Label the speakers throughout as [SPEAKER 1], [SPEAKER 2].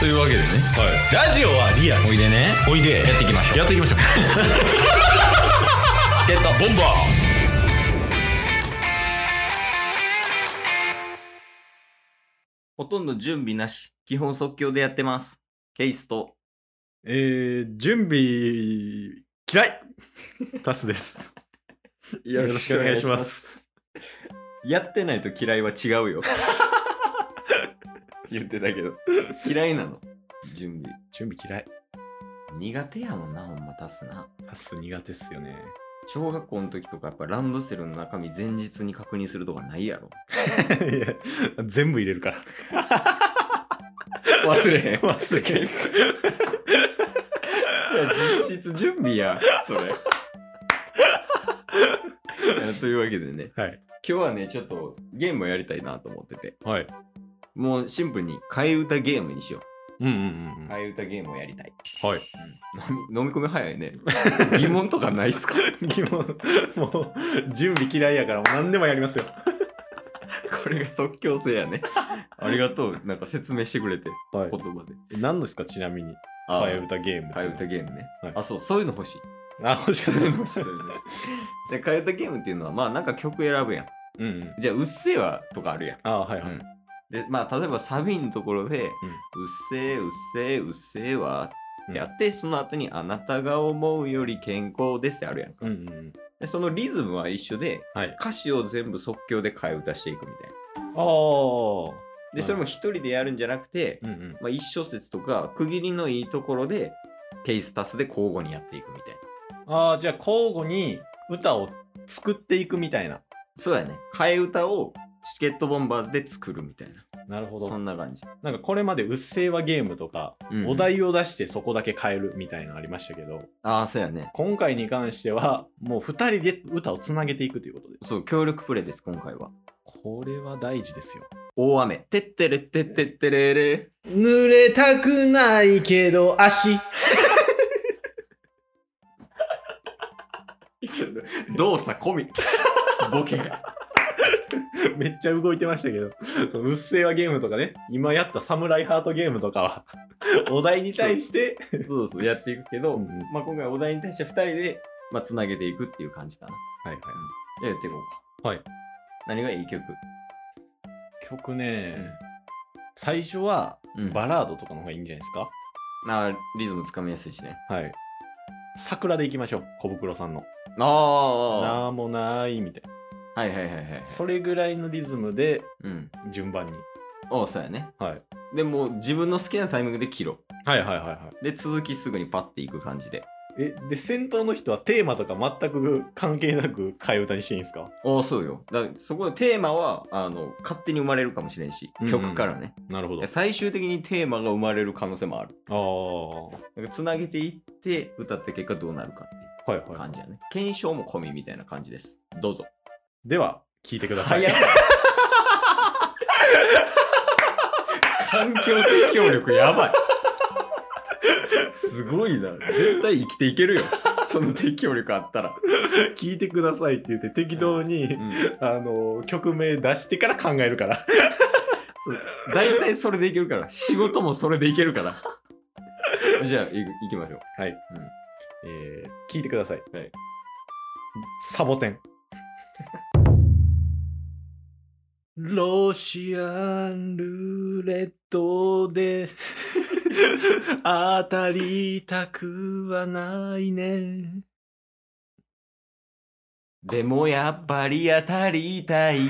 [SPEAKER 1] というわけでね、ラジオはリアおいでね
[SPEAKER 2] おいで
[SPEAKER 1] やっていきましょう
[SPEAKER 2] やってい きましょう
[SPEAKER 1] ゲットボンバ
[SPEAKER 3] ほとんど準備なし、基本即興でやってます。ケイスと、
[SPEAKER 2] えー、準備嫌いタスですよろしくお願いしま。す
[SPEAKER 3] やってないと嫌いは違う よ。言ってたけど。嫌いなの。準備。
[SPEAKER 2] 準備嫌い
[SPEAKER 3] 苦手やもんな、ほんま足すな。
[SPEAKER 2] タス苦手っすよね
[SPEAKER 3] 小学校の時とかやっぱランドセルの中身前日に確認するとかないやろ。
[SPEAKER 2] いや全部入れるから
[SPEAKER 3] 忘れへん。
[SPEAKER 2] 忘れ へん
[SPEAKER 3] いや実質準備や、そ れ。いやというわけでね、
[SPEAKER 2] はい
[SPEAKER 3] 今日はね、ちょっとゲームをやりたいなと思ってて、
[SPEAKER 2] はい
[SPEAKER 3] もうシンプルに替え歌ゲームにしよ
[SPEAKER 2] うんうんうんうん
[SPEAKER 3] う。替え歌ゲームをやりたい。
[SPEAKER 2] はい
[SPEAKER 3] うん飲み飲み込み早いね。疑問とかないっすかこ
[SPEAKER 2] 疑問もう準備嫌いやからもう何でもやります よ
[SPEAKER 3] れが即興性やね。ありがとう。なんか説明してくれて、
[SPEAKER 2] は
[SPEAKER 3] 言葉で。
[SPEAKER 2] 何ですかちなみに
[SPEAKER 3] あ
[SPEAKER 2] 替え歌ゲームって
[SPEAKER 3] 替え歌ゲームね。
[SPEAKER 2] はい
[SPEAKER 3] あ、そう、そういうの欲しい。
[SPEAKER 2] あ欲しくないです
[SPEAKER 3] そういうの欲 しいで替え歌ゲームっていうのは、まあなんか曲選ぶやん。
[SPEAKER 2] うんうん
[SPEAKER 3] じゃあ、うっせぇわとかあるやん。
[SPEAKER 2] あはいはい、
[SPEAKER 3] うんで、まあ、例えばサビのところで、うっせーうっせーうっせーわってやって、その後にあなたが思うより健康ですってあるやんか、
[SPEAKER 2] うんうんうん
[SPEAKER 3] で。そのリズムは一緒で、
[SPEAKER 2] はい
[SPEAKER 3] 歌詞を全部即興で替え歌していくみたいな。
[SPEAKER 2] ああ
[SPEAKER 3] で、それも一人でやるんじゃなくて、
[SPEAKER 2] うんうん
[SPEAKER 3] まあ、一小節とか区切りのいいところで、ケース足すで交互にやっていくみたいな。
[SPEAKER 2] ああ、じゃあ交互に歌を作っていくみたいな。
[SPEAKER 3] そうやね。替え歌をチケットボンバーズで作るみたいな。
[SPEAKER 2] なるほ
[SPEAKER 3] そ
[SPEAKER 2] ど。
[SPEAKER 3] んな感じ。
[SPEAKER 2] なんかこれまで「うっせぇわゲーム」とか、
[SPEAKER 3] うん
[SPEAKER 2] お題を出してそこだけ変えるみたいなのありましたけど、
[SPEAKER 3] ああ、そうやね。
[SPEAKER 2] 今回に関してはもう2人で歌をつなげていくということで。
[SPEAKER 3] そう、協力プレイです、今回は。
[SPEAKER 2] これは大事ですよ。
[SPEAKER 3] 大雨。てってれってってってれれ。
[SPEAKER 2] 濡れたくないけど 足。
[SPEAKER 3] 動作込み。ボケが。
[SPEAKER 2] めっちゃ動いてましたけど、そのうっせぇわゲームとかね、今やったサムライハートゲームとか は、お題に対して、
[SPEAKER 3] そうそう、やっていくけど、
[SPEAKER 2] うんうん
[SPEAKER 3] まあ今回お題に対して2人で、まあ、つなげていくっていう感じかな。
[SPEAKER 2] はいはい。
[SPEAKER 3] じゃあやっていこうか。
[SPEAKER 2] はい。
[SPEAKER 3] 何がいい曲
[SPEAKER 2] 曲ね、最初は
[SPEAKER 3] うん
[SPEAKER 2] バラードとかの方がいいんじゃないですか、
[SPEAKER 3] まあ、リズムつかみやすいしね。
[SPEAKER 2] はい。桜でいきましょう。小袋さんの。
[SPEAKER 3] ああは
[SPEAKER 2] なんもないみたいな。
[SPEAKER 3] いはいはいはい。
[SPEAKER 2] それぐらいのリズムで
[SPEAKER 3] うん。
[SPEAKER 2] 順番に。
[SPEAKER 3] おう、そうやね。
[SPEAKER 2] はい。
[SPEAKER 3] でも、自分の好きなタイミングで切ろ
[SPEAKER 2] はいはいはいは
[SPEAKER 3] う。で、続きすぐにパッていく感じで。
[SPEAKER 2] い。え、で、先頭の人はテーマとか全く関係なく替え歌にしていいんですか
[SPEAKER 3] おお、そうよ。だそこでテーマは、あの、勝手に生まれるかもしれんし
[SPEAKER 2] うん、うん
[SPEAKER 3] 曲からね。
[SPEAKER 2] なるほ
[SPEAKER 3] いや最終的にテーマが生まれる可能性もある。
[SPEAKER 2] ど。
[SPEAKER 3] なんかつなげていって歌った結果どうなるかっ
[SPEAKER 2] ああ。はい
[SPEAKER 3] ていう
[SPEAKER 2] は
[SPEAKER 3] 感じやね。検証も込みみたいな感じです。どうぞ。
[SPEAKER 2] い。では、聞いてください。
[SPEAKER 3] 早っ環境適応力やばい。すごいな。絶対生きていけるよ。その適応力あったら。
[SPEAKER 2] 聞いてくださいって言って適当に、あの、曲名出してから考えるから。
[SPEAKER 3] 大体それでいけるから。仕事もそれでいける から。じゃあ、いいきましょう。
[SPEAKER 2] はい。えー、聞いてください。
[SPEAKER 3] はい。
[SPEAKER 2] サボテン。ロシアンルーレット で当たりたくはないね。
[SPEAKER 3] でもやっぱり当たりたい。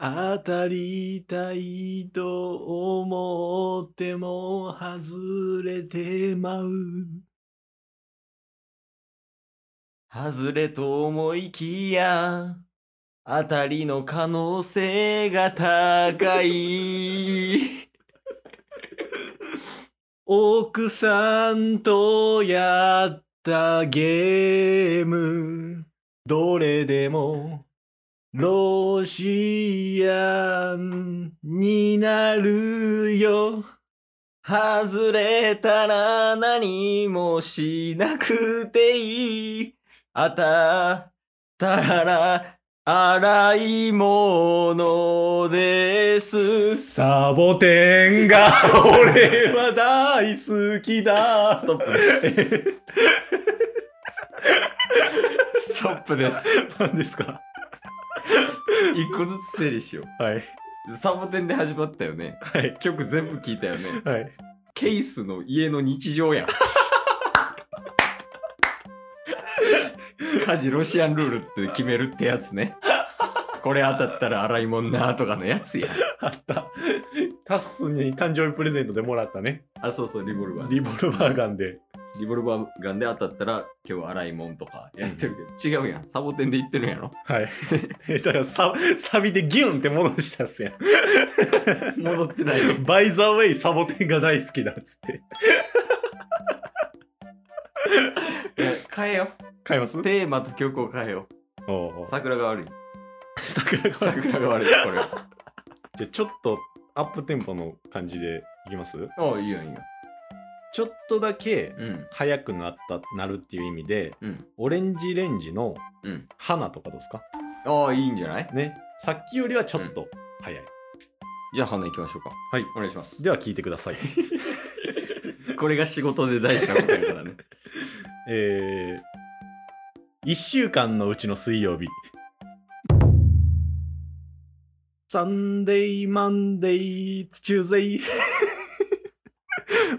[SPEAKER 2] 当たりたいと思っても外れてまう。
[SPEAKER 3] 外れと思いきや、当たりの可能性が高い。
[SPEAKER 2] 奥さんとやったゲームどれでもロシアンになるよ
[SPEAKER 3] 外れたら何もしなくていい。あた、たらら、洗い物でです。ス
[SPEAKER 2] サボテンが俺は大好きだ。
[SPEAKER 3] トッ プです。ストップです。
[SPEAKER 2] 何ですか
[SPEAKER 3] 一個ずつ整理しよ
[SPEAKER 2] はい。
[SPEAKER 3] う。サボテンで始まったよね。
[SPEAKER 2] はい。
[SPEAKER 3] 曲全部聞いたよね。
[SPEAKER 2] はい。
[SPEAKER 3] ケイスの家の日常 やん。家事ロシアンルールって決めるってやつね。これ当たったら洗いもんなとかのやつやん。
[SPEAKER 2] あった。タッスに誕生日プレゼントでもらったね。
[SPEAKER 3] あ、そうそう、リボルバー。
[SPEAKER 2] リボルバーガンで。
[SPEAKER 3] リボルバーガンで当たったら今日洗いもんとかやってるけど、違うやん。サボテンで言ってるんやろ。
[SPEAKER 2] はい。 えだからササビでギュンって戻したっすやん。
[SPEAKER 3] 戻ってないよ。
[SPEAKER 2] バイザーウェイサボテンが大好きだっつって。
[SPEAKER 3] いや変えよ
[SPEAKER 2] 買います
[SPEAKER 3] う。テーマと曲を変えよ
[SPEAKER 2] おうお
[SPEAKER 3] う。
[SPEAKER 2] う
[SPEAKER 3] 桜が悪い。
[SPEAKER 2] 桜が悪い
[SPEAKER 3] 桜が悪い。これ。
[SPEAKER 2] じゃあちょっとアップテンポの感じでいきます
[SPEAKER 3] ああ、いいよいいよ。
[SPEAKER 2] ちょっとだけ
[SPEAKER 3] うん。
[SPEAKER 2] 早くなったなるっていう意味で
[SPEAKER 3] うん。
[SPEAKER 2] オレンジレンジの
[SPEAKER 3] うん
[SPEAKER 2] 花とかどうですか
[SPEAKER 3] ああ、いいんじゃない
[SPEAKER 2] ねさっきよりはちょっと早い、
[SPEAKER 3] じゃあ花行きましょうか。
[SPEAKER 2] はい
[SPEAKER 3] お願いします。
[SPEAKER 2] では聞いてください
[SPEAKER 3] これが仕事で大事なことやからね。
[SPEAKER 2] えー、1週間のうちの水曜日サンデーマンデーチューゼイ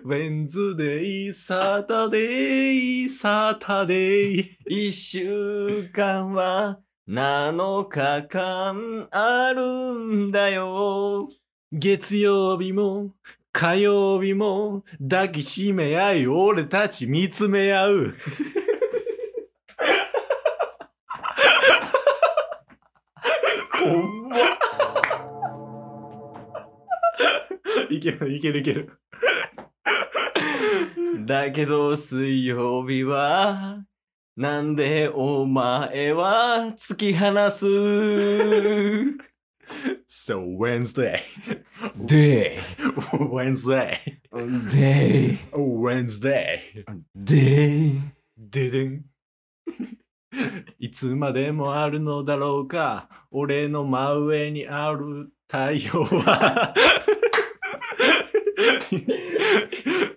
[SPEAKER 2] ウェンズデイサタデイサタデイ
[SPEAKER 3] 一週間は7日間あるんだよ。
[SPEAKER 2] 月曜日も火曜日も抱きしめ合い俺たち見つめ合うこんばいけるいけるいける
[SPEAKER 3] だけど水曜日は、なんでお前は突き放す
[SPEAKER 2] So Wednesday
[SPEAKER 3] で、
[SPEAKER 2] Wednesday
[SPEAKER 3] で、
[SPEAKER 2] Wednesday
[SPEAKER 3] で、
[SPEAKER 2] ででん いつまでもあるのだろうか俺の真上にある太陽は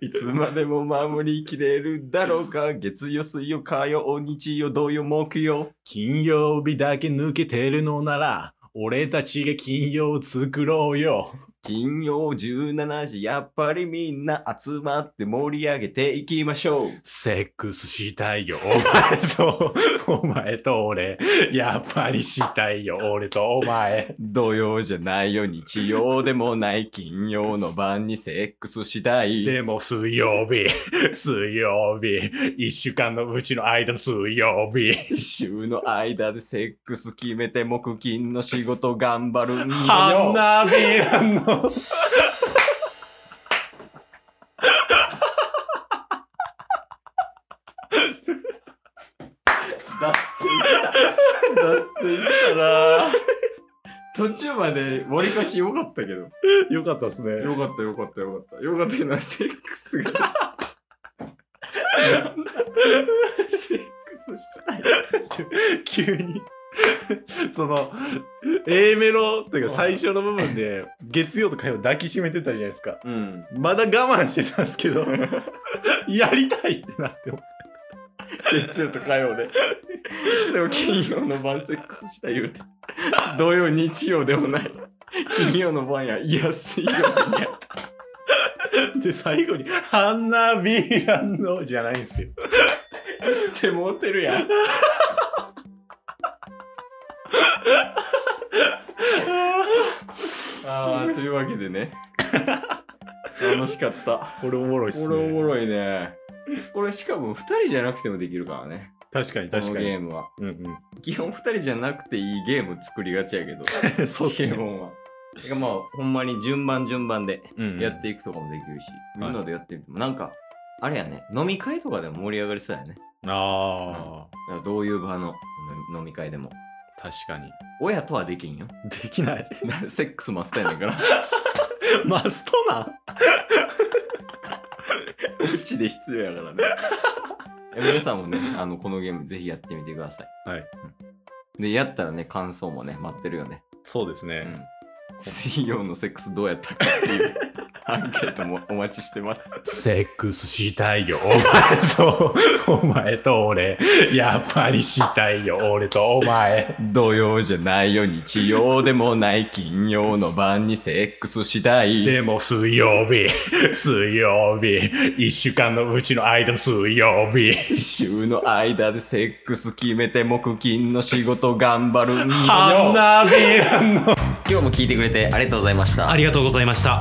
[SPEAKER 3] いつまでも守りきれるだろうか月曜、水曜、火曜、日曜、土曜、木曜。
[SPEAKER 2] 金曜日だけ抜けてるのなら俺たちが金曜を作ろうよ
[SPEAKER 3] 金曜17時、やっぱりみんな集まって盛り上げていきましょう。
[SPEAKER 2] セックスした いよお前とお前と俺やっぱりしたいよ俺とお前
[SPEAKER 3] 土曜じゃないよ、日曜でもない、金曜の晩にセックスしたい。
[SPEAKER 2] でも水曜日水曜日一週間のうちの間の水曜日
[SPEAKER 3] 週の間でセックス決めて木金の仕事頑張るんだよ。
[SPEAKER 2] 花びらの
[SPEAKER 3] 脱線した。脱線したな途中まで割り返し良かったけど。
[SPEAKER 2] よかったですね
[SPEAKER 3] よかったよかったよかった。よかったけど、セックスが。セックスしたい。
[SPEAKER 2] 急にその A メロというか最初の部分で月曜と火曜抱きしめてたじゃないですか
[SPEAKER 3] うん。
[SPEAKER 2] まだ我慢してたんですけどやりたいってなっても
[SPEAKER 3] 月曜と火曜で。でも金曜の晩セックスしたい言うて。土曜、日曜でもない。金曜の晩や、いや、水曜にやった。
[SPEAKER 2] で最後に「花びらの」じゃないんですよ
[SPEAKER 3] ってモテるやん。 ああ、というわけでね。楽しかった。
[SPEAKER 2] これおもろいっすね
[SPEAKER 3] これおもろいね。これしかも2人じゃなくてもできるからね。
[SPEAKER 2] 確かに
[SPEAKER 3] この
[SPEAKER 2] 確か
[SPEAKER 3] ゲー
[SPEAKER 2] に、
[SPEAKER 3] ムは。
[SPEAKER 2] うん
[SPEAKER 3] 基本2人じゃなくていいゲーム作りがちやけど。
[SPEAKER 2] うん、 そうっす
[SPEAKER 3] 基
[SPEAKER 2] ね、
[SPEAKER 3] 本は。てかまあ、ほんまに順番順番で
[SPEAKER 2] うん
[SPEAKER 3] やっていくとかもできるし、
[SPEAKER 2] はい
[SPEAKER 3] みんなでやってみても、なんか、あれやね、飲み会とかでも盛り上がりそうやね。
[SPEAKER 2] あ
[SPEAKER 3] だからどういう場の飲み飲み会でも。
[SPEAKER 2] ー確かに
[SPEAKER 3] 親とはできんよ。
[SPEAKER 2] できない
[SPEAKER 3] セックスマスターやねんから。
[SPEAKER 2] マストなん
[SPEAKER 3] うちで必要やか らね。え皆さんもね、あの、このゲームぜひやってみてください。
[SPEAKER 2] はい
[SPEAKER 3] うん。で、やったらね、感想もね、待ってるよね。
[SPEAKER 2] そうですね、
[SPEAKER 3] うん。水曜のセックスどうやったかって いうアンケートもお待ちしてます。
[SPEAKER 2] セックスしたいよ、お前と、お前と俺。やっぱりしたいよ、俺とお前。
[SPEAKER 3] 土曜じゃないよ、日曜でもない金曜の晩にセックスしたい。
[SPEAKER 2] でも水曜日、水曜日、一週間のうちの間の水曜日。
[SPEAKER 3] 週の間でセックス決めて木金の仕事頑張るんだよ。
[SPEAKER 2] 花火
[SPEAKER 4] 今日も聞いてくれてありがとうございました
[SPEAKER 5] ありがとうございました